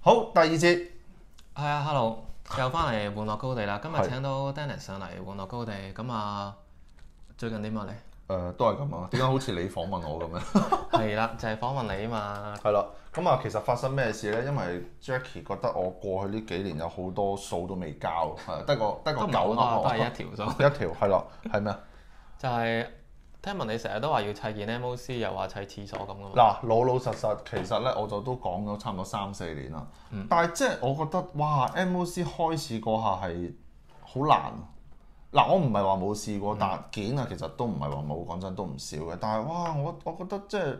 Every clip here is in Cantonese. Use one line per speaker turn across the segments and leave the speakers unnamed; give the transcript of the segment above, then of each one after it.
好，第二節
係啊，hello，又翻嚟玩樂高地啦。今
係
日請到 Dennis 上嚟玩樂高地，咁啊，最近點啊你？
誒、都係咁啊，點解好似你訪問我咁樣？
係啦，就係訪問你啊嘛。
係啦，咁啊，其實發生咩事咧？因為 Jackie 覺得我過去呢幾年有好多數都未交，係得個得個
都唔係
九
好
啊
多，都係一條數。
一條係啦，係咩啊？
就係聽聞你成日都話要砌件 MOC，又話砌廁所咁噶嘛。
嗱，老老實實其實咧，我就都講咗差唔多三四年啦。但係即係我覺得哇，MOC 開始嗰下係好難。嗱，我唔係話冇試過，但件啊其實都唔係話冇，講真都唔少嘅。但係哇，我我覺得即係。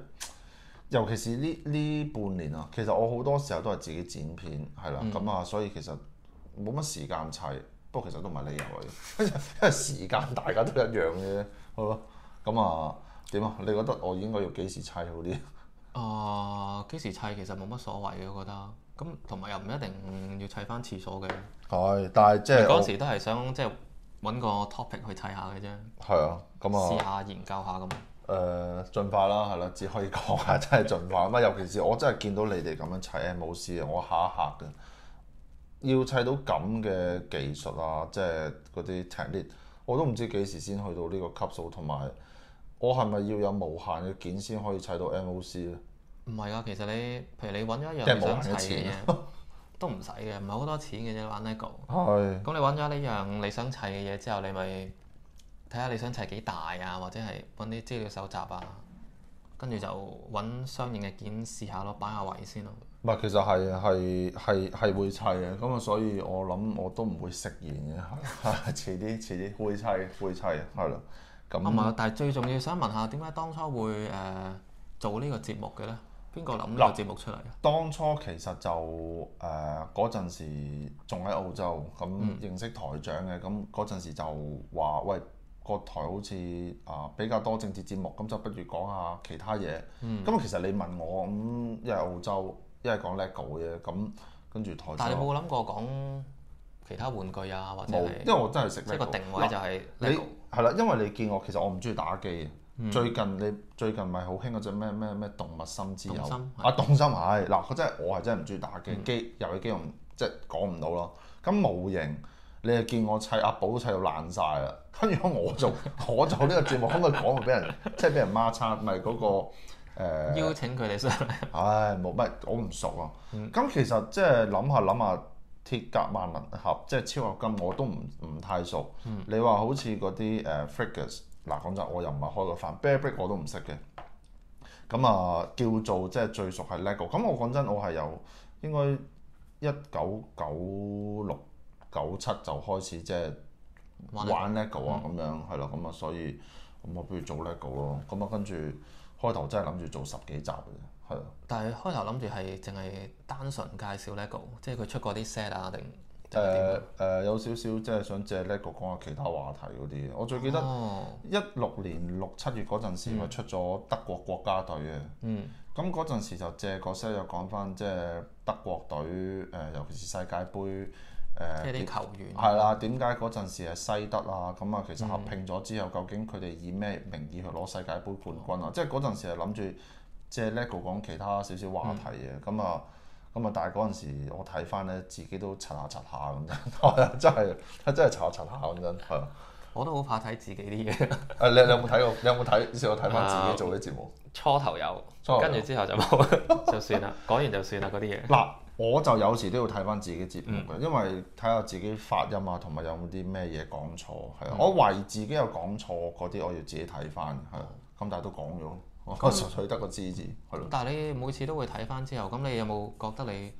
尤其是呢呢半年啊，其實我好多時候都係自己剪片，係啦，咁啊、所以其實冇乜時間砌，不過其實都唔係理由嚟嘅， 因為時間大家都一樣嘅，好咯，咁啊點啊？你覺得我應該要幾時砌好啲？
啊，幾時砌其實冇乜所謂嘅，我覺得。咁同埋又唔一定要砌翻廁所嘅。
係，但係即係
嗰時都係想即係揾個 topic 去砌下嘅啫，
係啊，咁
試
啊
下研究下咁。
誒進化啦，係啦，只可以講下 真係進化。咁啊，尤其是我真係見到你哋咁樣砌 M 冇事啊，我下一刻嘅要砌到咁嘅技術啊，即係嗰啲 technique，我都唔知幾時先去到呢個級數，同埋我係咪要有無限嘅件先可以砌到 MOC 咧？
唔係啊㗎，其實你譬如你揾咗一
即係冇
樣你
人
想
嘅
砌嘅
錢
嘢， 都唔使嘅，唔係好多錢嘅啫，玩 LEGO。
係
咁你揾咗呢樣你想砌嘅嘢之後，你咪睇下你想砌幾大啊，或者係揾啲資料搜集啊，跟住就揾相應嘅件試下咯，擺下位先咯。
唔係，其實係啊係係係會砌嘅，咁啊，所以我諗我都唔會食言嘅，係遲啲遲啲會砌會砌，係啦，咁
啊唔係，但係最重要想問下，點解當初會誒、呃做呢個節目嘅咧？邊個諗呢個節目出嚟嘅？
當初其實就誒嗰陣時仲喺澳洲，咁
嗯
認識台長嘅，咁嗰陣時就話喂個台好似啊、比較多政治節目，咁就不如講下其他嘢。咁、
嗯
其實你問我咁，一係澳洲，一係講 lego 嘅，咁跟住台
但
長
係你冇諗過講其他玩具啊，或者
冇，
係
因為我真係食
即係個
lego。
定位就係
你
LEGO
係啦，因為你見我其實我唔中意打機嘅。最近你最近咪好興嗰只咩咩咩動物心之友
動心
啊，動心係嗱，佢真係我係真係唔中意打機，機遊戲機我唔即係講唔到咯。咁模型你係見我砌阿寶都砌到爛晒啦，跟住我做 我做呢個節目，可唔可以講咪俾人即係俾人孖叉，咪嗰個呃
邀請佢哋上嚟。
唉，冇乜，我唔熟啊。咁、其實即係諗下諗下，鐵甲萬能俠即係超合金，我都唔唔太熟。你話好似嗰啲誒 figures，嗱講真，我又唔係開個飯 b a r b r i c 我都唔識嘅。咁啊，叫做即係最熟係 lego。咁我講真，我係由應該一九九六九七就開始即係
玩
玩 lego 啊，咁樣係咯。咁啊，所以咁我不如做 lego 咯。咁啊，跟住開頭真係諗住做十幾集嘅啫，係啊。
但係開頭諗住係淨係單純介紹 LEGO，即係佢出過啲 set 啊，定定係點啊
誒誒有少少即係想借呢個講下其他話題嗰啲嘢。我最記得
哦，
一六年六七月嗰陣時，咪出咗德國國家隊嘅。
嗯，
咁嗰陣時就借個 set 又講翻即係德國隊誒、尤其是世界盃誒
即係啲球員
係啦，點解嗰陣時係西德啊？咁啊，其實合併咗之後，究竟佢哋以咩名義去攞世界盃冠軍啊？即係嗰陣時係諗住借 lego 講其他少少話題嘅，咁啊、咁啊，但係嗰陣時我睇翻咧，自己都刷下刷下咁樣， 真係真係刷下刷下咁樣，係啊！
我都好怕睇自己啲嘢，
誒，你你有冇睇過？你有冇睇試過睇翻自己做啲節目？
初頭有
初頭，有
跟住之後就 冇，就算啦，講完就算啦嗰啲嘢。
嗱，我就有時都要睇翻自己節目嘅，因為睇下自己發音啊，同埋有冇啲咩嘢講錯，係啊，我懷疑自己有講錯嗰啲，我要自己睇翻，係啊，咁但係都講咗，我 純粹得個知字，係咯
咁，但係你每次都會睇翻之後，咁你有冇覺得你誒、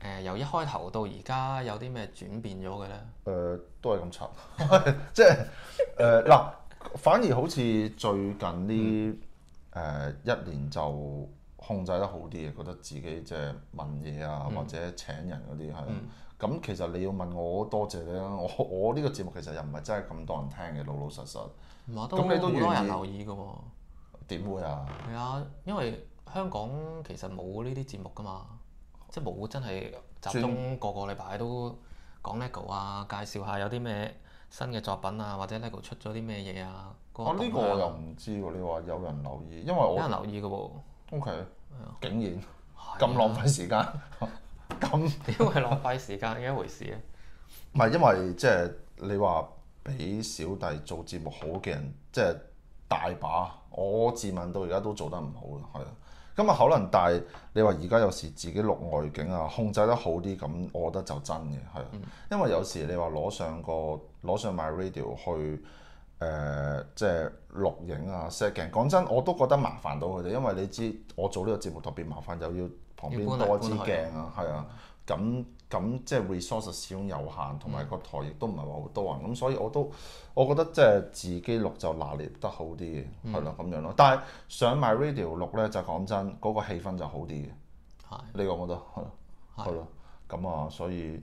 呃由一開頭到而家有啲咩轉變咗嘅咧？
誒、呃都係咁柒， 即係誒嗱，反而好似最近呢誒、
嗯
一年就控制得好啲嘅，覺得自己即係問嘢啊，
嗯
或者請人嗰啲係。咁、其實你要問我多謝你啦，我 我呢個節目其實又唔係真係咁多人聽嘅，老老實實
唔係都
咁你都
好
願
多人
意
留意嘅喎。
點會啊？
係啊，因為香港其實冇呢啲節目㗎嘛，即係冇真係集中個個禮拜都講 LEGO 啊，介紹下有啲咩新嘅作品啊，或者 LEGO 出咗啲咩嘢啊。
我
嗰個
哦呢個
動向
我
啊
又唔知喎，你話有人留意，因為
有
我
人留意嘅喎。
OK，竟然
啊係啊
咁浪費時間， 咁
因為浪費時間嘅一回事啊。
唔係因為即係你話俾小弟做節目好嘅人，即係大把。我自問到而家都做得唔好啦，係啊。咁啊，可能但係你話而家有時自己錄外景啊，控制得好啲，咁我覺得就真嘅係啊。
嗯
因為有時你話攞上個攞上 my radio 去誒、呃即係錄影啊 set 鏡，講真我都覺得麻煩到佢哋，因為你知我做呢個節目特別麻煩，又要旁邊
要搬嚟
多一支
搬去嗯
鏡啊，係啊。咁咁即係 resource 始終有限，同
嗯
埋個台亦都唔係話好多人，咁所以我都我覺得即係自己錄就拿捏得好啲嘅，係咯咁樣咯。但係上埋 radio 錄咧，就講真嗰、個氣氛就好啲嘅，
係
你覺唔覺得係咯？係咯，咁啊，所以誒、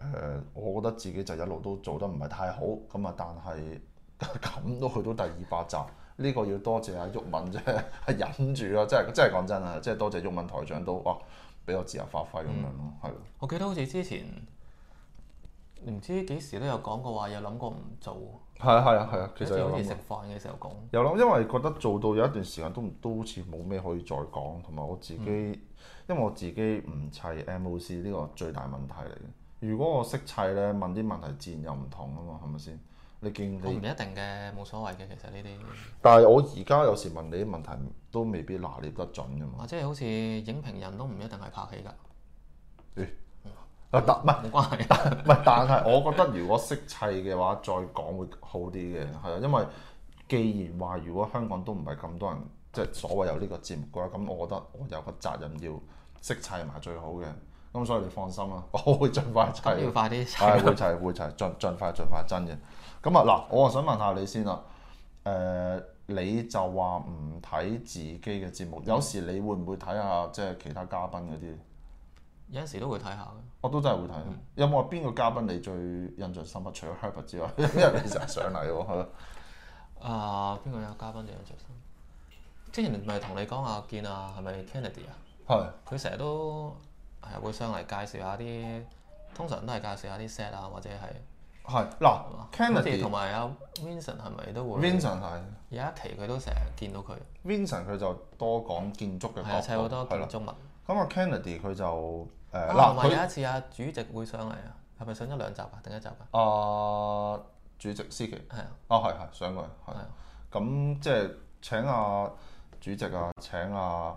呃我覺得自己就一路都做得唔係太好，咁啊，但係 咁都去到第二百集。呢個要多謝阿鬱敏啫， 係忍住啊！真係真係講真啊，即係多謝鬱敏台長都哇，俾我自由發揮咁樣咯，係咯、
我記得好似之前唔知幾時都有講過話，有諗過唔做。
係啊係啊係啊，其實
有
有
好似
諗
食
過
飯嘅時候講，
有諗，因為覺得做到有一段時間都都好似冇咩可以再講，同埋我自己，因為我自己唔砌 MOC 呢個最大問題嚟嘅。如果我識砌咧，問啲問題自然又唔同啊嘛，係咪先？你見
我唔
你
一，定嘅，冇所謂嘅。其實呢
但係我而家有時問你啲問題都未必拿捏得準㗎
啲，
嘛。
或啊者係好似影評人都唔一定係拍戲㗎，嗯
啊，但唔係
冇關係。
唔係，但係 我覺得如果識砌嘅話，再講會好啲嘅，係啊，因為既然話如果香港都唔係咁多人，即係所謂有呢個節目嘅話，咁我覺得我有個責任要識砌埋最好嘅，咁所以你放心啦， 我會盡快砌，
咁要快啲
係會砌會砌，盡盡快盡快真嘅。咁啊嗱，我啊想問下你先啦，誒、你就話唔睇自己嘅節目，有時你會唔會睇下即係其他嘉賓嗰啲？
有陣時都會睇下
我都真係會睇。
嗯
有冇話邊個嘉賓你最印象深刻？除咗 Herbert 之外， 因為你成日上嚟喎，係咯。
嘅。啊，邊個有嘉賓就有着衫？之前咪同你講阿健啊，係咪 Kennedy 啊？
係
佢成日都係會上嚟介紹下啲，通常都係介紹下啲 set 啊，或者係
係
好
嗱
似同
，Kennedy、
埋阿 Vincent 係咪都會？
Vincent 係
有一期佢都成日見到佢，
Vincent 佢就多講建築嘅
係啊，砌好
角
多
度，係啦
建。築物。
咁啊，Kennedy 佢就誒
啊同
嗱
埋有
佢
一次啊，主席會上嚟啊，係咪上咗兩集啊，定一集啊？
啊主席司棋
係啊，
啊係係上過嚟
係啊
係。咁即係請阿主席啊，請阿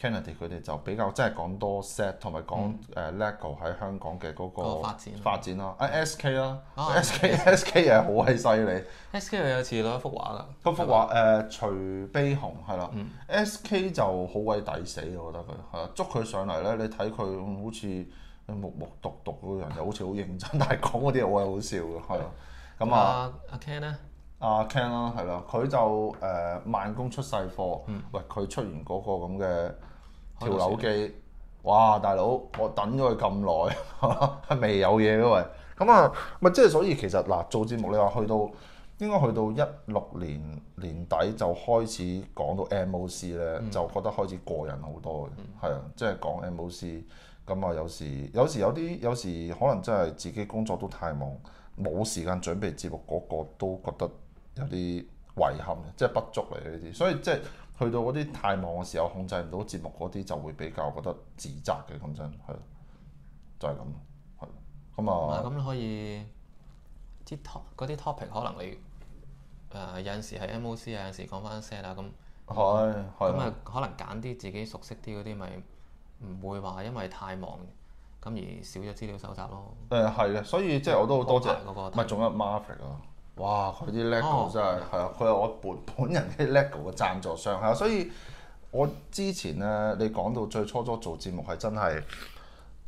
Kennedy 佢哋就比較真係講多 set 同埋講誒 LEGO 喺香港嘅嗰
嗯嗰個
個
發展
發展啦，啊 SK 啦
啊
，SK SK 係好閪犀利。
S.K. 佢有次攞一幅畫㗎，
嗰幅畫誒徐悲鴻係啦，SK 就好鬼抵死，我覺得佢係啊，捉佢上嚟咧，你睇佢嗯好似木木獨獨嗰個人，又好似好認真，但係講嗰啲嘢好鬼好笑嘅，係啊。咁啊，
啊，阿 Ken 咧，
阿啊 Ken 啦，係啦，佢就誒慢工出細貨，喂，佢出完嗰個咁嘅跳樓機，哇，大佬，我等咗佢咁耐 係嘛，係未有嘢嘅喂，咁啊，咪即係所以其實嗱，做節目你話去到應該去到一六年年底就開始講到 MOC 咧，就覺得開始過人好多嘅，係啊、即係講 MOC，咁啊有時有時有啲有時可能真係自己工作都太忙，冇時間準備節目嗰個都覺得有啲遺憾嘅，即係不足嚟嘅呢啲，所以即係去到嗰啲太忙嘅時候控制唔到節目嗰啲就會比較覺得自責嘅，咁真係就係咁，係咁
啊
啊。
咁你可以啲 top 嗰啲 topic 可能你誒有陣時係 M.O.C. 有陣時講翻 set 啊咁，
係係
咁啊可能揀啲自己熟悉啲嗰啲咪唔會話因為太忙咁而少咗資料搜集咯。
誒係嘅，所以即係我都好多謝
嗰個
唔係仲有 Marvick 啊！哇，佢啲 LEGO
哦
真係係啊，佢係我本本人啲 LEGO 嘅贊助商係啊，所以我之前咧，你講到最初初做節目係真係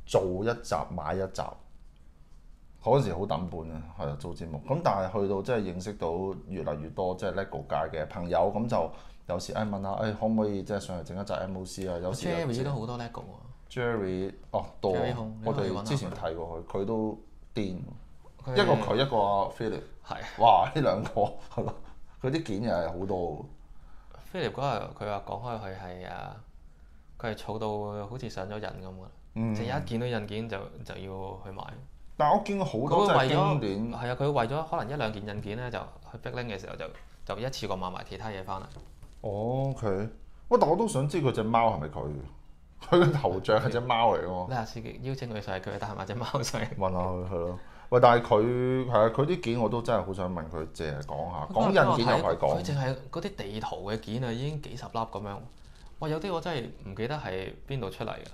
做一集買一集，嗰陣時好抌本啊，係啊，做節目咁，但係去到即係認識到越嚟越多即係 LEGO 界嘅朋友，咁就有時誒問下誒、哎可唔可以即係上嚟整一集 MOC 啊，有時又
Jerry 都好多 lego 啊，
Jerry 哦多
Jerry Hong，，
我
你可以
哋
揾下
之前睇過佢，佢都癲，
佢
一個佢一個阿 Philip，
係
哇呢兩個係咯，佢啲件又係好多
Philip 嗰日佢話講開佢係啊，佢係儲到好似上咗癮咁嘅，
嗯
即係、一見到印件就就要去買。
喎，但係我見過好多
佢
真
會為
係經
咗
典，
係啊，佢為咗可能一兩件印件咧，就去 Big Link 嘅時候就就一次過買埋其他嘢翻嚟。
哦佢，哇但我都想知佢只貓係咪佢嘅， 佢個頭像係只貓嚟嘅喎。
你下次邀請佢上嚟，佢帶埋只貓上嚟。
問下佢係咯。喂，但係佢係啊，佢啲件我都真係好想問佢借講下，啊講印件又係
佢
講，
淨係嗰啲地圖嘅件啊，已經幾十粒咁樣。哇！有啲我真係唔記得係邊度出嚟嘅。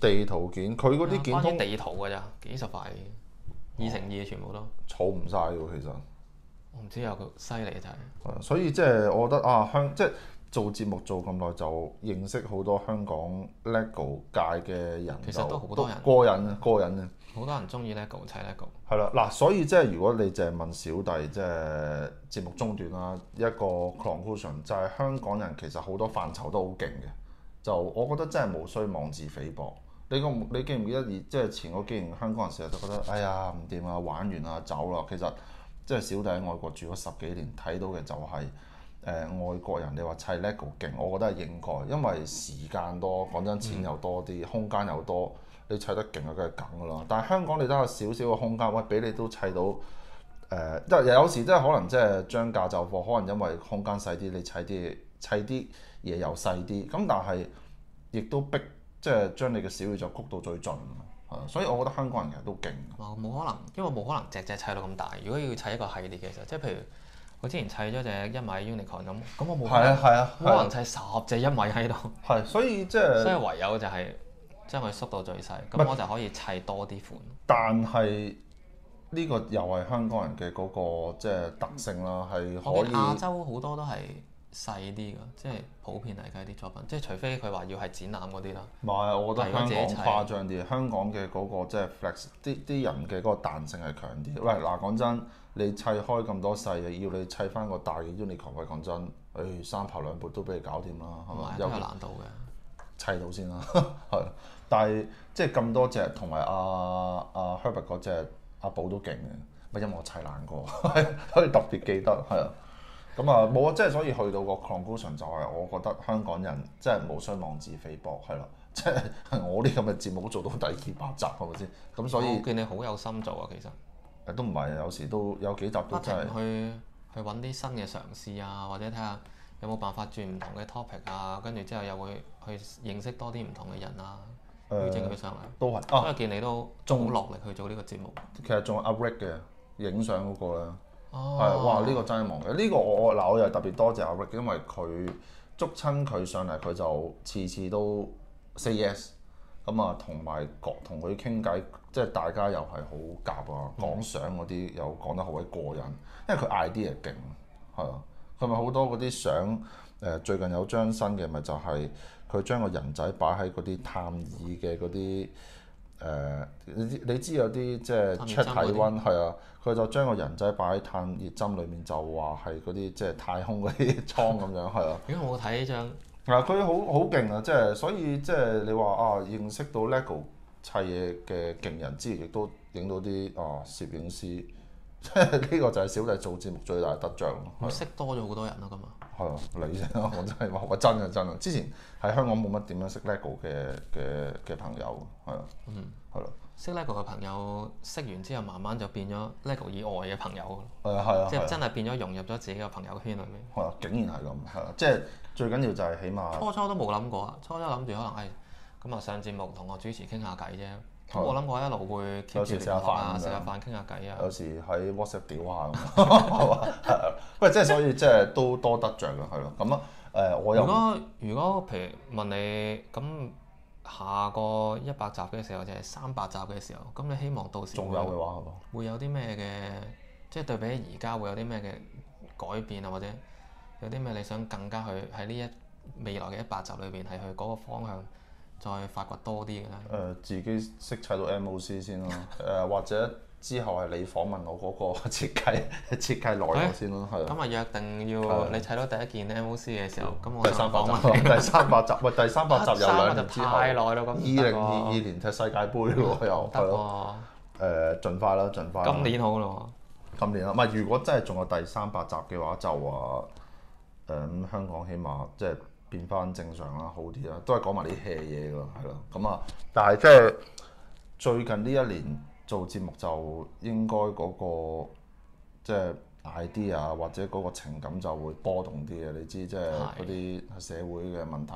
地圖件，佢嗰啲件
關於
通
地圖㗎咋，幾十塊，二乘二全部都。
儲唔晒喎，其實
我唔知有個犀利就係，
係啊，所以即係我覺得啊，香即係做節目做咁耐就認識好多香港 LEGO 界嘅人，
其實都好多人
就過癮啊，過癮啊！
好多人中意 LEGO 砌 LEGO。
係啦，嗱，所以即係如果你淨係問小弟，即係節目中段啦，一個 conclusion 就係香港人其實好多範疇都好勁嘅，就我覺得真係無需妄自菲薄。你個你記唔記得以即係前嗰幾年香港人成日都覺得，哎呀唔掂啊，玩完啊走啦。其實即係小弟喺外國住咗十幾年，睇到嘅就係、誒、呃外國人，你話砌 lego 勁，我覺得係應該，因為時間多，講真錢又多啲，空間又多，你砌得勁啊，梗係梗噶啦。但係香港你都有少少嘅空間，喂，俾你都砌到誒，因為有時真係可能即係將價就貨，可能因為空間細啲，你砌啲砌啲嘢又細啲，咁但係亦都逼即係將你嘅小宇宙谷到最盡，係啊所以我覺得香港人其實都勁，
哇！冇可能，因為冇可能隻隻砌到咁大。如果要砌一個系列嘅時候，即係譬如我之前砌咗隻一米 unicorn 咁，咁我冇可能
係啊
冇可能砌十隻一米喺度，
係，啊所以即
所以
係，
唯有就係將佢縮到最細，
唔係
咁我就可以砌多啲款。
但係。呢個又係香港人嘅嗰、個即係特性啦，係
我見亞
可
洲好多都係細啲㗎，即係普遍嚟計啲作品，即係除非佢話要係展覽嗰啲啦。
以唔係，我覺得
係我
香
自己
港
砌
誇張啲，香港嘅嗰、個即係 flex 啲啲人嘅嗰個彈性係強啲。喂，嗱講真，你砌開咁多細嘅，要你砌翻個大嘅 unicorn，喂講真，誒、三拍兩撥都俾你搞掂啦，係
同
嘛
埋？都
尤
有
其
難度嘅。
砌到先啦， 係。但係即係咁多隻，同埋阿阿 Herbert 嗰隻阿寶都勁嘅，咪因為我砌爛過， 所以特別記得係啊。咁啊冇啊，即係所以去到個 conclusion 就係我覺得香港人真係無需妄自菲薄，係啦。 即係我啲咁嘅節目都做到第二百集係咪先？咁所
我
以
見你好有心做啊，其實
誒都唔係，有時都有幾集
不
都
停
真係
去去揾啲新嘅嘗試啊，或者睇下有冇辦法轉唔同嘅 topic 啊，跟住之後又會去認識多啲唔同嘅人啊，邀請佢上嚟。
都係啊。
所以見你都仲好落力去做呢個節目。
其實仲有 uprick 嘅影相嗰個咧。係
哦，
哇！呢、個真係忙嘅，呢、個我我嗱我又特別多謝阿 Rick，因為佢捉親佢上嚟，佢就次次都 say yes。咁啊，同埋講同佢傾偈，即係大家又係好夾啊，
嗯
講相嗰啲又講得好鬼過癮，因為佢 idea 勁，係啊，佢咪好多嗰啲相誒、最近有張新嘅咪就係佢將個人仔擺喺嗰啲探耳嘅嗰啲誒，你知你知有啲即係
探熱
check
針嗰啲
體温係啊，佢就將個人仔擺喺探熱針裡面，就話係嗰啲即係太空嗰啲 倉咁樣係啊。
如果冇睇呢張，
嗱，佢好好勁啊！即係所以即係你話啊，認識到 LEGO 砌嘢嘅勁人之餘，亦都影到啲啊攝影師， 即係呢個就係小弟做節目最大嘅得着咯。
會識多咗好多人咯，咁啊。
係啊，你啫， 我真係話我真啊真啊！之前喺香港冇乜點樣識 LEGO 嘅嘅嘅朋友，係啊，
嗯，
係咯，
識 LEGO 嘅朋友，識完之後慢慢就變咗 LEGO 以外嘅朋友咯，
係啊，係啊，
即
係
係
啊
真係變咗融入咗自己嘅朋友圈裏面。
係啊，竟然係咁，係啊，即係最緊要就係起碼
初初都冇諗過啊，初初諗住可能係咁啊上節目同個主持傾下偈啫。咁
係
我諗過一路會 keep
啊有
住
時
聯
食下
絡
飯咁樣
啊，食下飯傾下偈啊。
有時喺 WhatsApp 屌下咁，係嘛係啊？喂，即係所以即係都多得着嘅，係咯，咁啊誒，我又
如果如果譬如問你咁下個一百集嘅時候，就係三百集嘅時候，咁你希望到時
仲
會
有嘅話係嘛？
會有啲咩嘅，即係對比起而家會有啲咩嘅改變啊，或者有啲咩你想更加去喺呢一未來嘅一百集裏邊係去嗰個方向再發掘多啲嘅咧？
誒、自己識砌到 MOC 先咯， 誒、或者之後係你訪問我嗰個 設計設計內容先咯，係啊。
咁啊約定要
係
你砌到第一件 MOC 嘅時候，咁我
第三百
訪
集，
問 你。
第三百集，喂，第三百集有兩
就
年之後，
太耐啦，咁
二
唔
零
得
二二
喎
年踢世界盃喎，又
唔
係咯，誒，
得
盡快啦，盡快啦。
喎，今年好咯
今年啦，唔係如果真係仲有第三百集嘅話，就話誒咁香港起碼即係變翻正常啦，好啲啦，都係講埋啲 hea 嘢㗎啦，係咯，咁啊，但係即係最近呢一年做節目就應該嗰、個即係啊 idea 或者嗰個情感就會波動啲嘅，你知即係嗰啲社會嘅問題，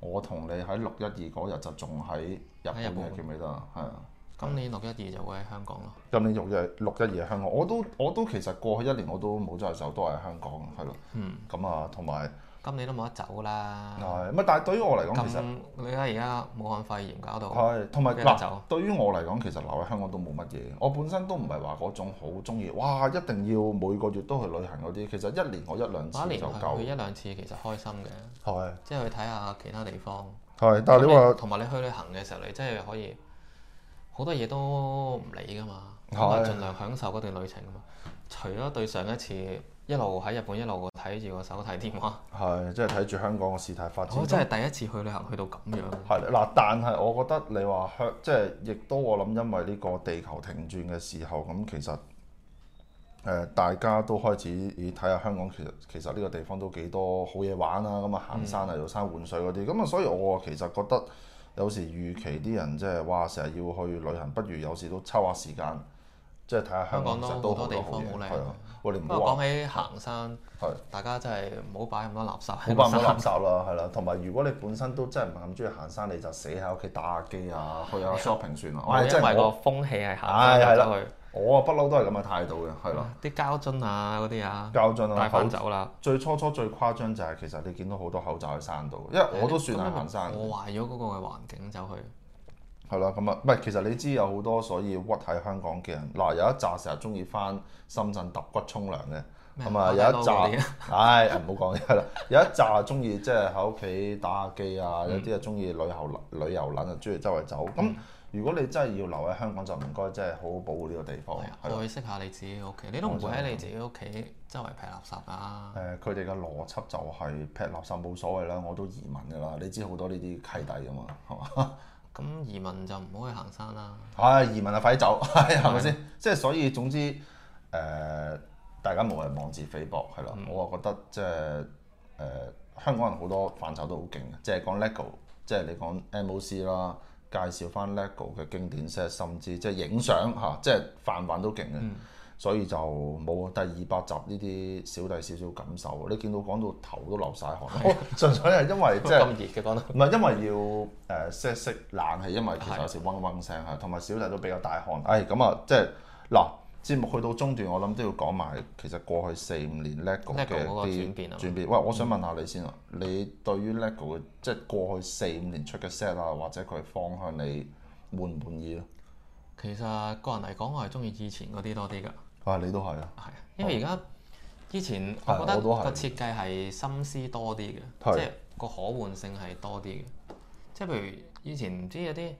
我同你喺六一二嗰日就仲喺日本
喺日
嘅，
本
記唔記得啊？係啊。
今年六一二就會喺香港咯。
今年六日六一二喺香港，我都我都其實過去一年我都冇再走，都係喺香港，係咯。
嗯，
咁啊，同埋啊
今年都冇得走啦。
係乜？但係對於我嚟講，其實
咁你睇而家武漢肺炎搞到，
係同埋
冇得
嗱，
走。
對於我嚟講，其實留喺香港都冇乜嘢。我本身都唔係話嗰種好中意，哇！一定要每個月都去旅行嗰啲。其實一年我一兩次
我一年
就
去
夠。
一兩次其實開心嘅，
係
即係去睇下其他地方。
係，但係你話
同埋你去旅行嘅時候，你真係可以好多嘢都唔理噶嘛，
係
咁啊盡量享受嗰段旅程啊嘛。除咗對上一次一路喺日本一路睇住個手提電話，
係即係睇住香港嘅事態發展
我。真係第一次去旅行去到咁樣。
係嗱，但係我覺得你話香，即係亦都我諗，因為呢個地球停轉嘅時候，咁其實誒、呃大家都開始咦睇下香港其實其實呢個地方都幾多好嘢玩啊，咁啊行山
嗯
啊、遊山玩水嗰啲，咁啊所以我其實覺得有時預期啲人即係哇成日要去旅行，不如有時都抽下時間，即係睇下香港
香港
其實
都
都
好多
多
地方
嘢
好靚
係啊，喂你唔
不
好
過
話
講起行山
係，
大家真係唔好擺咁多垃圾
好
喺
辦
個
冇
山
垃。圾啦，係啦，同埋如果你本身都真係唔係咁中意行山，你就死喺屋企打下機啊，去下 shopping 算啦。
我
我係
因
真
為
係
個
我
風氣係行
唉係
山
啦
就走去，
我啊不嬲都係咁嘅態度嘅，係啦，
啲膠樽啊嗰啲啊
膠樽
帶
啊，
翻
口
走啦。
最初初最誇張就係其實你見到好多口罩喺山度，因為我都算係行山
咁，啊我壞咗嗰個嘅環境走去。
係啦，咁啊，唔係其實你知有好多所以屈喺香港嘅人，嗱有一紮成日中意翻深圳揼骨沖涼嘅。
咩
咁啊有
馬拉
一
多嗰啲
紮，唉唔好講嘢啦。 有一紮中意即係喺屋企打下機啊，有啲啊中意旅遊旅遊撚啊，中意周圍走。咁如果你真係要留喺香港，就唔該即係好好保護呢個地方。係
係啊
啦
愛惜下你自己嘅屋企，你都唔會喺你自己屋企周圍劈垃圾啊！
誒，佢哋嘅邏輯就係劈垃圾冇所謂啦，我都移民㗎啦。你知好多呢啲契弟㗎嘛，係嘛？
咁移民就唔好去行山啦。
唉，移民啊，快啲 走，係係咪啊先？即係所以總之，誒、大家無謂妄自菲薄，係啦。我啊覺得即係誒、呃香港人好多範疇都好勁嘅，即係講 LEGO，即係你講 MOC 啦，介紹翻 LEGO 嘅經典 set，甚至即係影相嚇，即係範圍都勁嘅。所以就冇啊第二百集呢啲小弟少少感受，你見到講到頭都流晒汗，我 純粹係啊因為即係
咁。熱嘅講到，
唔係因為要誒熄熄冷氣，因為其實有時嗡嗡聲係，同埋小弟都比較大汗。唉、咁啊，即係嗱，節目去到中段，我諗都要講埋其實過去四五年 LEGO 嘅
LEGO 嗰個
啲
轉變啊
轉變。喂，我想問下你先啊，你對於 LEGO 嘅即係過去四五年出嘅 set 啊，或者佢方向，你滿唔滿意啊？
其實個人嚟講，我係中意以前嗰啲多啲㗎，
啊，你都係啊，
係因為而家以前我覺
係
得
我都係
個設計係心思多啲嘅，
係
即係個可換性係多啲嘅。即係譬如以前唔知有啲誒，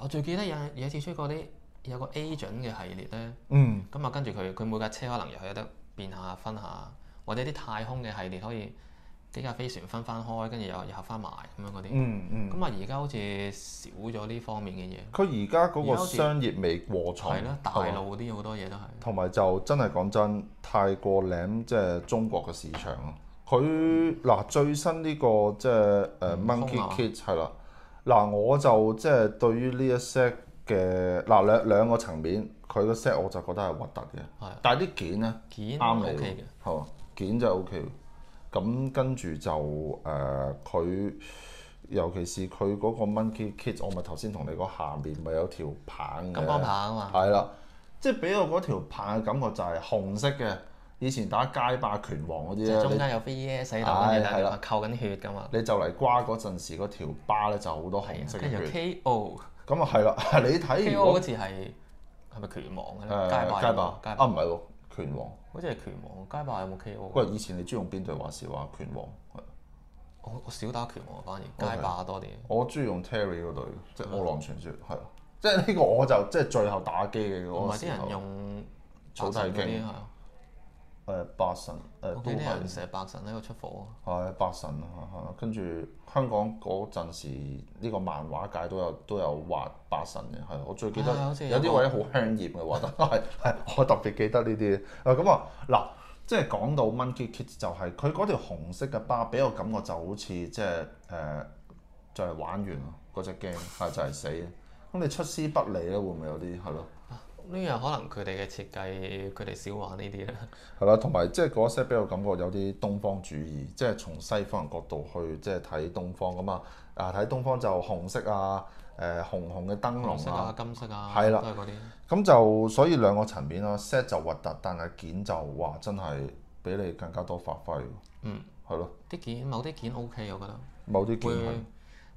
我最記得有有一次出過啲有個 agent 嘅系列咧。
嗯，
咁啊，跟住佢佢每架車可能又有得變下分下，或者啲太空嘅系列可以幾架飛船分翻開，跟住又又合翻埋咁樣嗰啲。
嗯嗯。
咁啊、而家好似少咗呢方面嘅嘢，
佢而家嗰
而家
個
好似
商業味過重，
係啦，大
係嘛
路啲好多嘢都係。
同埋就真係講真，太過舐即係中國嘅市場咯。
嗯
佢嗱最新呢、個即係誒
悟空
Monkey
啊
Kids 係啦，嗱我就即係對於呢一 set 嘅嗱兩兩個層面，佢個 set 我就覺得係核突嘅
係，
但係啲件咧
件
啱你
OK
喎
嘅，
係嘛？件就 OK 喎。咁跟住就誒佢、尤其是佢嗰個 Monkey Kids，我咪頭先同你講下面咪有條棒嘅
金。剛棒啊嘛，
係啦，即係俾我嗰條棒嘅感覺就係紅色嘅，以前打街霸拳王嗰啲
即係中
咧，
間有 VS
係
喺度，跟住
係
但
啦
係扣緊血噶嘛，
你你就嚟瓜嗰陣時，嗰條疤咧就好多
係
紅色
啊，
嘅
跟住
血。
KO，KO
咁啊係啦， 你睇如
好
果
似係係咪拳王嘅咧？
誒
街霸
街
有
霸
冇街
啊
霸
唔係喎，拳王。
好似係拳王，街霸有冇 KO？
喂，以前你中意用邊對話事話拳王？
我我少打拳王反而街霸多啲。
我中意用 Terry 嗰對，即係《
嗯
餓狼傳説》係啊。即係呢個我就即係最後打機嘅
同
嗰個
埋啲
時候
人。用
草剃
白神
徑
嗰啲
誒八神誒
係啊，我
都
見啲
係
人。成日白神喺度出火，
係八神啊，係啊跟住香港嗰陣時，呢個漫畫界都有都有畫八神嘅，係我最記得
啊好似
有
有
啲
個
位好香豔嘅畫得， 係係我特別記得呢啲啊咁啊嗱，即係講到 Monkey Kid 就係佢嗰條紅色嘅巴，俾我感覺就好似即係誒就係玩完咯嗰只 game 係就係死嘅咁你出師不利咧，會唔會有啲係咯？
呢樣可能佢哋嘅設計，佢哋少玩呢啲啦。
係啦，同埋即係嗰一 set 俾我感覺有啲東方主義，即係從西方人角度去即係睇東方咁啊！啊睇東方就紅色啊，誒、紅紅嘅燈
紅
籠
色
啊，
啊、金色啊，
係啦
都係嗰啲。
咁就所以兩個層面啦，set 就核突，但係件就哇真係比你更加多發揮喎。
嗯，
係咯，
啲件某啲件 OK，我覺得
某啲件係
會，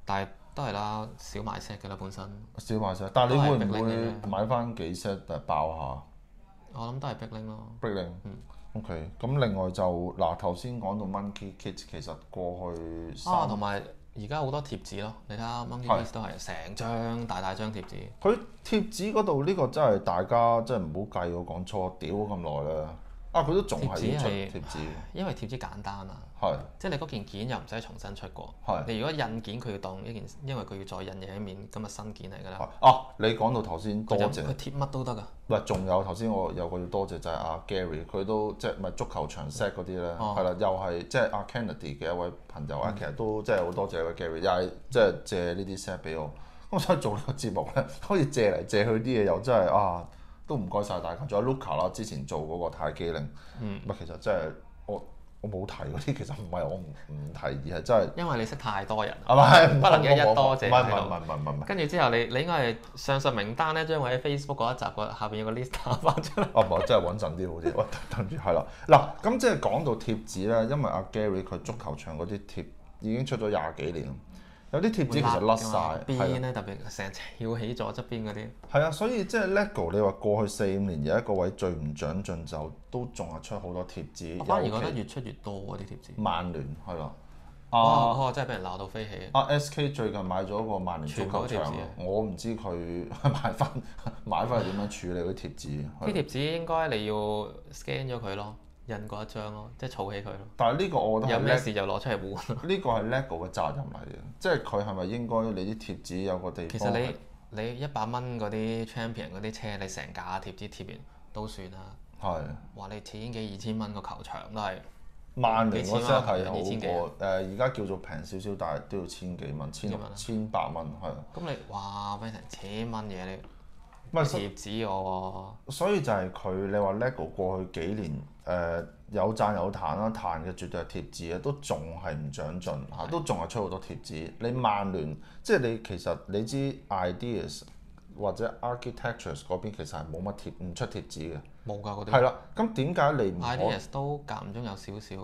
但係都係啦，少買 set 嘅啦本身。
少買晒，但係你會唔
都係 Big Link
會買翻幾 set 嚟爆
我諗都係 Big Link 咯。
下 b r e a k i n
嗯
g O K，咁另外就嗱頭先講到 Monkey Kid，其實過去
啊，
三
同埋而家好多貼紙咯，你睇下 Monkey
係
Piece 都係成張大大張貼紙。
佢貼紙嗰度呢個真係大家真係唔好計我講錯，屌咁耐啦！啊，佢都仲係要出
貼紙係
貼紙，
因為貼紙簡單啊，
係
即係你嗰件件又唔使重新出過。
係
你如果印件，佢要當一件，因為佢要再印嘢一面，今日新件嚟㗎
係
啦。
啊！你講到頭先多
佢就
謝，
佢貼乜都得㗎。
喂，仲有頭先我有個要多謝就係阿 Gary，佢都即係咪足球場 set 嗰啲咧，
哦
係啦、又係即係阿 Kennedy 嘅一位朋友啊，其實都即係好多謝個 Gary，又係即係借呢啲 set 俾我。咁所以做呢個節目咧，可以借嚟借去啲嘢，又真係啊，都唔該晒大家。仲有 Luca 啦，之前做嗰個太機靈，
嗯，
咪其實真係我我冇提嗰啲，其實唔係我唔唔提，而係真係
因為你識太多人
啊
啦。
唔係唔係
不能一
冇
一
冇冇
多謝
唔係唔
喺
係
度
唔係唔係唔係唔係，
跟住之後你，你應該係上述名單咧，將會喺 Facebook 嗰一集個下邊有個 list 打 翻出嚟。
哦，唔係，真係穩陣啲好啲。喂，等住係啦。嗱，咁即係講到貼紙咧，因為阿 Gary 佢足球場嗰啲貼已經出咗廿幾年啦，有啲貼紙其實甩晒，係
邊
啊
咧特別成日翹起咗側邊嗰啲，
係啊，所以即係 LEGO，你話過去四五年有一個位最唔長進就都仲係出好多貼
我反而
紙，
覺
尤
得
其
越出越多喎啲貼紙。
曼聯係啦。
哇！
啊
嗰個真係俾人鬧到飛起。
啊 SK 最近買咗個曼聯足球
全部都貼
場
紙啊，
我唔知佢 買翻買翻係點樣處理嗰啲貼紙。係
啲貼紙應該你要 scan 咗佢咯，印過一張咯，即係儲起佢咯。
但係呢個我覺得
有
係
咩
LEGO
事就攞出嚟換。
呢個係 LEGO 嘅責任嚟嘅，即係佢係咪應該你啲貼紙有個地
其
方啊係？
實你你一百蚊嗰啲 champion 嗰啲車，你成架貼紙貼完都算啦。
係
哇！你千幾二千蚊個球場都係，
曼聯嗰 set 係
幾千蚊
好過誒，而家叫做平少少，但係都要千幾蚊，千
千幾蚊啊
千八蚊係。
咁你哇俾成千蚊嘢你
唔係
貼紙我
所以就係佢，你話 LEGO 過去幾年誒、呃有讚有彈啦，彈嘅絕對係貼紙啊，都仲係唔長進嚇，都仲係出好多貼紙。你曼聯即係你其實你知 ideas 或者 architectures 嗰邊其實係冇乜貼唔出貼紙嘅，
喎冇㗎嗰啲
係。啦。咁點解你唔可
Ideas 都間唔中有少少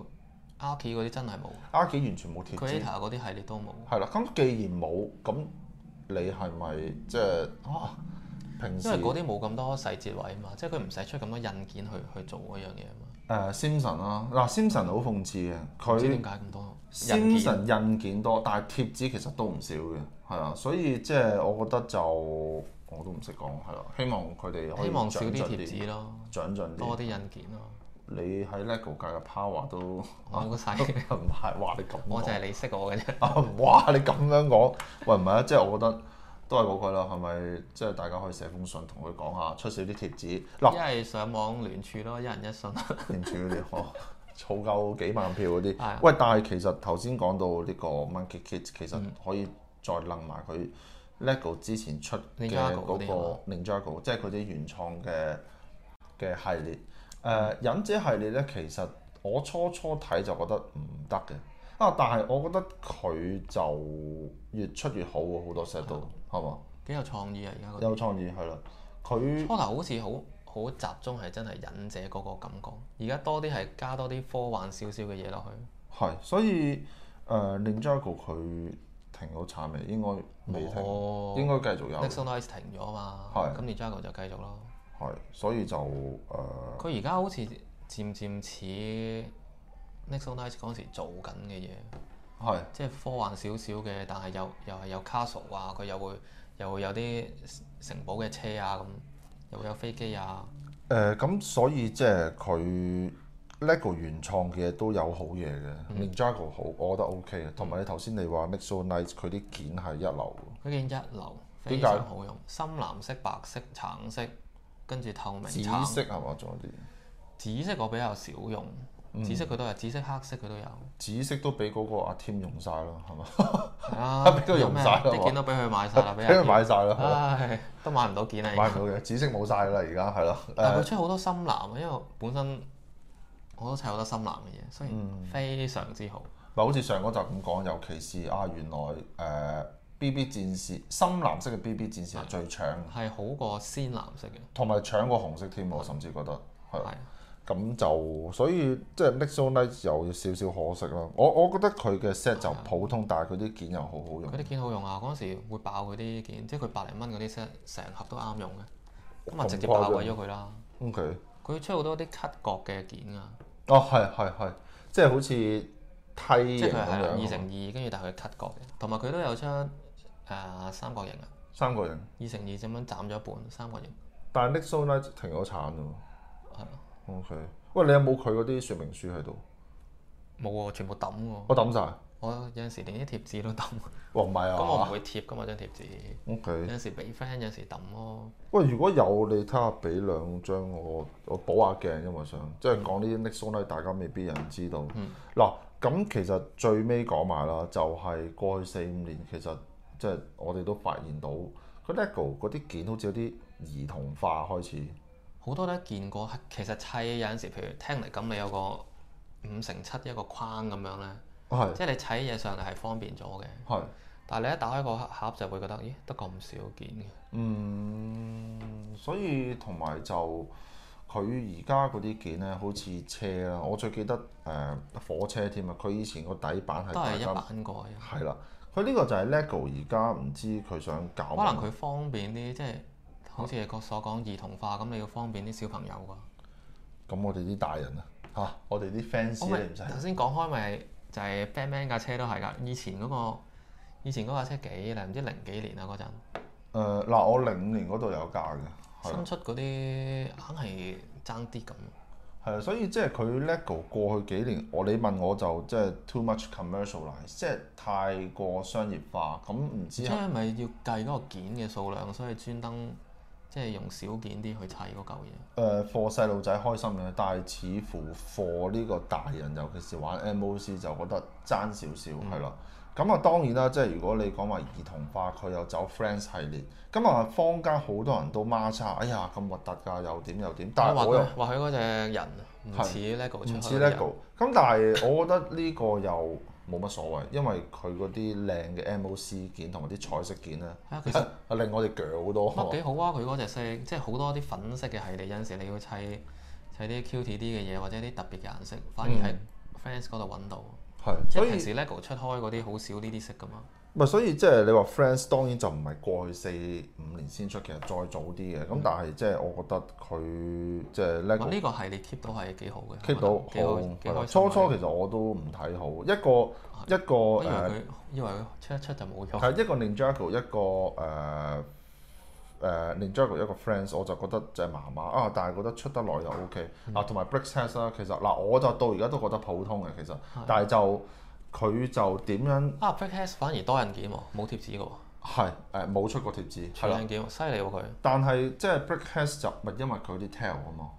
a r k 嗰啲真係冇
Arky 完全冇貼紙？
，Creator 嗰啲系列都冇。
係啦，咁既然冇，咁你係咪即係啊？平時
因為嗰啲冇咁多細節位啊嘛，即係佢唔使出咁多印件去去做嗰樣嘢啊嘛，
誒 Simpson 啦，嗱 Simpson 好諷刺嘅，
唔知
佢
點解咁多印件。
Simpson 印件多，但係貼紙其實都唔少嘅，係啊，所以即係我覺得就我都唔識講係啦，希望佢哋可以
希望少
長
啲
進
貼紙咯，
長進啲。
多啲印件咯。
你喺 LEGO 界嘅 power 都唔
我 個細，
係話你咁
我
講
就係你識我嘅啫。
啊！ 哇！你咁樣講，喂唔係啊，即係我覺得都係嗰句啦，係咪？即係大家可以寫封信同佢講下，出少啲貼紙嗱，
一係上網聯署咯，一人一信。
連住嗰啲哦，儲夠幾萬票嗰
係啊
啲。喂，但係其實頭先講到呢個 Monkey Kid，其
嗯
實可以再楞埋佢 LEGO 之前出嘅嗰
Ninjago 嗰啲啊
個 Ninjago，即係佢啲原創嘅嘅系列。
嗯
誒忍者系列咧，其實我初初睇就覺得唔得嘅。啊！但係我覺得佢就越出越好喎，好多 set
啊
都係嘛，
幾有創意啊！而家嗰
有創意係啦。佢
初頭好似好好集中係真係忍者嗰個感覺，而家多啲係加多啲科幻少少嘅嘢落去。
係，所以誒 Ninjago 佢停咗產未？應該未停，
哦
應該繼續有。
Nexon Ice 停咗啊嘛，
係
咁 n i j a g o 就繼續咯。
係，所以就呃誒
佢而家好似漸漸似 Nexon Ice 嗰陣時做緊嘅嘢，
係
即係科幻少少嘅，但係又又係有 castle 啊，佢又會又會有啲城堡嘅車啊咁，又會有飛機啊。
誒咁，所以即係佢 LEGO 原創嘅嘢都有好嘢嘅。Ninjago 好，我覺得 OK 嘅。同埋你頭先你話 Nexo n i g h t 佢啲件係一流喎。
佢件一流，
點
非
解
常好用，深藍色、白色、橙色，跟住透明
紫
橙。
色係嘛？仲有啲
紫色我比較少用，
嗯
紫色佢都有，紫色黑色佢 都有。
紫色都俾嗰個阿 Tim 用晒啦，係嘛？，
係啊
俾佢用晒啦
咩你見到俾佢買晒啦，俾
啊 俾啊
人
佢。買晒啦，
唉，都買唔到件啦。啊
買唔到嘅，紫色冇晒啦，而家係啦。
但係
誒
佢出好多深藍啊，因為我本身我都砌好多深藍嘅嘢，所以
嗯
非常之好。
嗱，好似上嗰集咁講，尤其是啊，原來誒、BB 戰士深藍色嘅 BB 戰
嗯
士係最搶，
係好過鮮藍色嘅，
同埋搶過紅色添，我甚至覺得係。
係
咁就所以即係 Mix On Night 有少少可惜啦。我我覺得佢嘅 set 就普通，但係佢啲件又好好用
嗯佢。啲件好用啊！嗰陣時會爆佢啲件，即係佢百零蚊嗰啲 set 成盒都啱用嘅，咁啊
咁
直接
誇張
爆毀咗佢啦！
O K，
佢出好多啲 cut 角嘅件啊，
哦係係係，即係好似梯
即
形
係佢係
咁
二
樣，
乘二，跟住但係佢 cut 角嘅，同埋佢都有出誒、呃三角形啊，
三個人。
二乘二咁樣斬咗一半三角形，
但係 Mix On Night 停咗產啫喎。
係啊
O K，喂，你有冇佢嗰啲說明書喺度？
冇喎，全部抌喎，
我抌晒。
我有陣時連啲貼紙都抌，
哇，唔係
咁我唔
啊。
會貼噶嘛張貼紙。
O
有
K，
陣時俾 friend，有陣時抌咯。
喂，如果有你睇下俾兩張我，我補下鏡，因為想即係講呢啲 Mix On Night，大家未必有人知道。
嗯
嗱，咁其實最尾講埋啦，就係過去四五年，其實即係我哋都發現到佢 LEGO 嗰啲件好似有啲兒童化開始。
好多都見過，其實砌有陣時，譬如聽嚟咁，你有個五乘七一個框咁樣咧，
係
即係你砌嘢上嚟係方便咗嘅。
係，
但哦係你一打開個盒就會覺得，咦，得咁少件嘅。
嗯，所以同埋就佢而家嗰啲件咧，好似車啦，我最記得誒、火車添啊，佢以前個底板係
都係一
大家
版個嘅。
係啦，佢呢個就係 LEGO 而家唔知佢想搞
可
乜
能佢方便啲，即係好似你個所講兒童化咁，你要方便啲小朋友㗎。
咁我哋啲大人啊嚇、我哋啲 fans
我
你
咪
唔使
頭先講開咪就係 Batman 架車都係㗎，以前嗰個以前嗰架車幾靚，唔知零幾年啊嗰陣。
誒嗱，我零五年嗰度有價嘅，係啊
新出嗰啲硬係爭啲咁，
係啊，所以即係佢 LEGO 過去幾年，我你問我就即係 too much commercialize，即係太過商業化，咁唔知啊
即
係
係咪要計嗰個件嘅數量，所以專登即係用少件啲去砌嗰嚿嘢。
誒 for 呃細路仔開心嘅，但係似乎 for 呢個大人，尤其是玩 MOC 就覺得爭少少係
嗯
啦。咁啊當然啦，即係如果你講話兒童化，佢又走 Friends 系列，咁啊坊間好多人都孖叉，哎呀咁核突㗎，又點又點，但
我
係
話
我又
佢話佢嗰隻人唔似 LEGO 出
唔
去
似
嘅人
LEGO，咁但係我覺得呢個又冇乜所謂，因為佢嗰啲靚嘅 MOC 件同埋啲彩色件咧，
係啊，其實
令我哋鋸好多。
乜幾好啊！佢嗰隻色，即係好多啲粉色嘅系列，有陣時你要砌砌啲 cute 啲嘅嘢，或者啲特別嘅顏色，反而喺 Friends 嗰度揾到。
係，
即
所
係平
以
時 LEGO 出開嗰啲好少呢啲色噶嘛。
咪所以即係你話 Friends 當然就唔係過去四五年先出，其實再早啲嘅。咁但係即係我覺得佢即係
咁
LEGO
嗯呢個系列 keep 到係幾好嘅
keep 到
我覺得
好
幾
係
好
啦。
幾開心啊
初初其實我都唔睇好，一個一個
我以為
誒
佢以為佢出一出就冇咗。
係一個 Ninjago 一個誒。誒 Ninjago 一個 Friends，我就覺得就係麻麻啊，但係覺得出得耐就 O K
嗯
嗱，啊同埋 Bricks Test 啦，其實嗱我就到而家都覺得普通嘅其實，但係就佢就點樣
啊 b r i c k h a s 反而多人件喎，冇貼紙嘅喎，
係誒冇出過貼紙係
全
啦，
人件喎，犀利喎佢。
但係即係 Brick House 就咪因為佢啲 tell 啊嘛，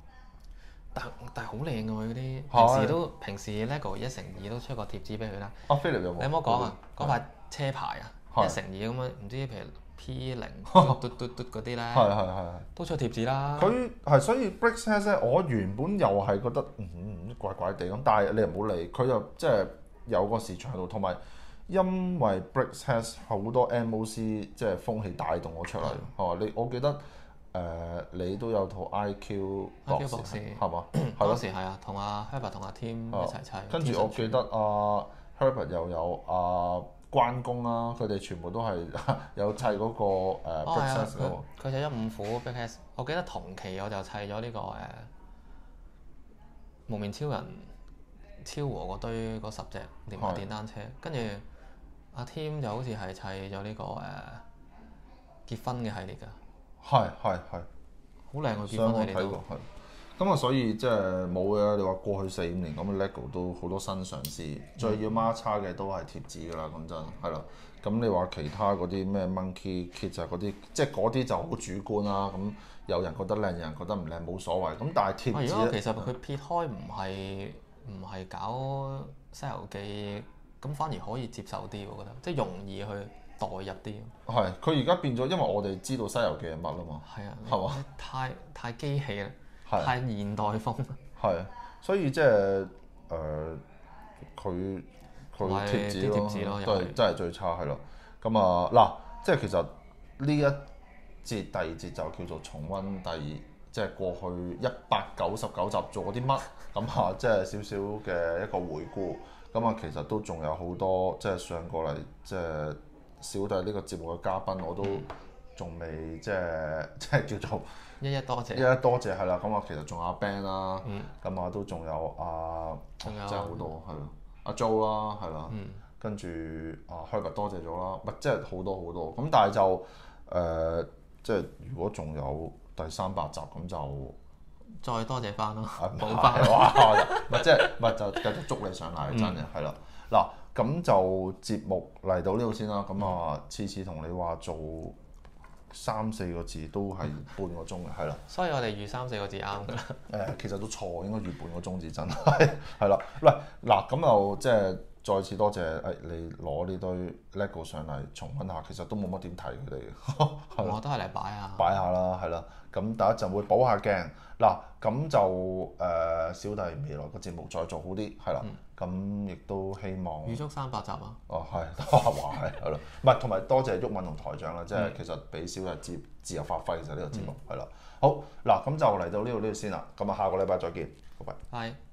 但但係好靚嘅
係
喎嗰啲，平時都平時 LEGO 一乘二都出個貼紙俾佢啦。
阿 Philip 有冇？
你有冇講啊？嗰塊車牌啊，
係
一乘二咁樣，唔知譬如 P 零嘟嘟嘟嗰啲
係？
咧，
係係係係。
都出貼紙啦。
佢係所以 Brick House 咧，我原本又係覺得嗯嗯怪怪地咁，但係你又唔好理，佢又即係有個市場喺度，同埋因為 Brick House 好多 MOC 即係風氣帶動咗出嚟，係嘛？你我記得誒、呃你都有套 IQ 博
IQ 博士
士啊係嘛？係咯
當。時係啊，同阿 Herbert 同阿 Tim
啊
一齊砌。
跟住我
Tim
記得阿 Herbert 又有阿關公啦，佢哋全部都係 有砌嗰個呃誒
哦係
process
啊
嗰個，
佢佢就一五虎 b i g S，我記得同期我就砌咗呢個誒幪面超人超和嗰堆嗰十隻連埋
係
電單車，跟住阿 Tim 就好似係砌咗呢個誒、結婚嘅系列㗎，
係係係，
好靚嘅
上
結
我
婚系列
睇
都
過係。咁啊，所以即係冇嘅。你話過去四五年咁，LEGO 啊都好多新嘗試，最要孖叉嘅都係貼紙㗎啦。講真係啦。咁你話其他嗰啲咩 Monkey Kid 啊嗰啲，即係嗰啲就好主觀啦。咁有人覺得靚，有人覺得唔靚，冇所謂。咁但係貼
啊！如
紙
果
呢
其實佢撇開唔係唔係搞《西遊記》，咁反而可以接受啲，我覺得即係容易去代入啲。
係佢而家變咗，因為我哋知道《西遊記》係乜啦嘛，
係啊，
係嘛？
太太機器啦，
係
太現代風，
係，所以即係誒佢
同
佢
埋
貼紙
啲貼紙
咯，
咯
都
又
係
係
真係最差係咯。咁啊嗱，即係其實呢一節第二節就叫做重温第二，即係過去一百九十九集做過啲乜，咁 啊即係少少嘅一個回顧。咁啊，其實都仲有好多即係上過嚟即係小弟呢個節目嘅嘉賓，我都仲未即係即係叫做。
一一多
一
謝。
一多謝係啦，咁啊其實仲有阿 Ben 啦
嗯，
咁啊都仲有阿
仲有嗯
真係好多係咯，阿 Jo 啦係啦，跟住阿 Herbert 多謝咗啦，唔係即係好多好多，咁但係就誒即係如果仲有第三百集咁就
再多謝翻咯
啊，唔
補
係
翻。
哇，唔係即係唔係就繼續祝你上嚟
嗯
真嘅係啦，嗱咁就節目嚟到呢度先啦，咁
嗯
啊次次同你話做三四個字都 係半個鐘嘅係啦。
所以我哋預三四個字啱㗎啦。
誒、其實都錯，應該預半個鐘至真係 係啦。喂，嗱咁又即係再次多謝誒、你攞呢堆 LEGO 上嚟重温下，其實都冇乜點睇佢哋嘅， 係啦
我都係嚟擺啊。
擺下啦，係啦。咁第一陣會補下鏡嗱，咁就誒、小弟未來個節目再做好啲係啦。咁亦都希望
預祝三百集啊！
哦，係， 都話話係，係咯，唔係同埋多謝鬱敏同台長啦，啊即係其實俾小日自自由發揮其實呢個節目係啦。好嗱，咁就嚟到呢度呢度先啦，咁啊下個禮拜再見，拜拜。
拜。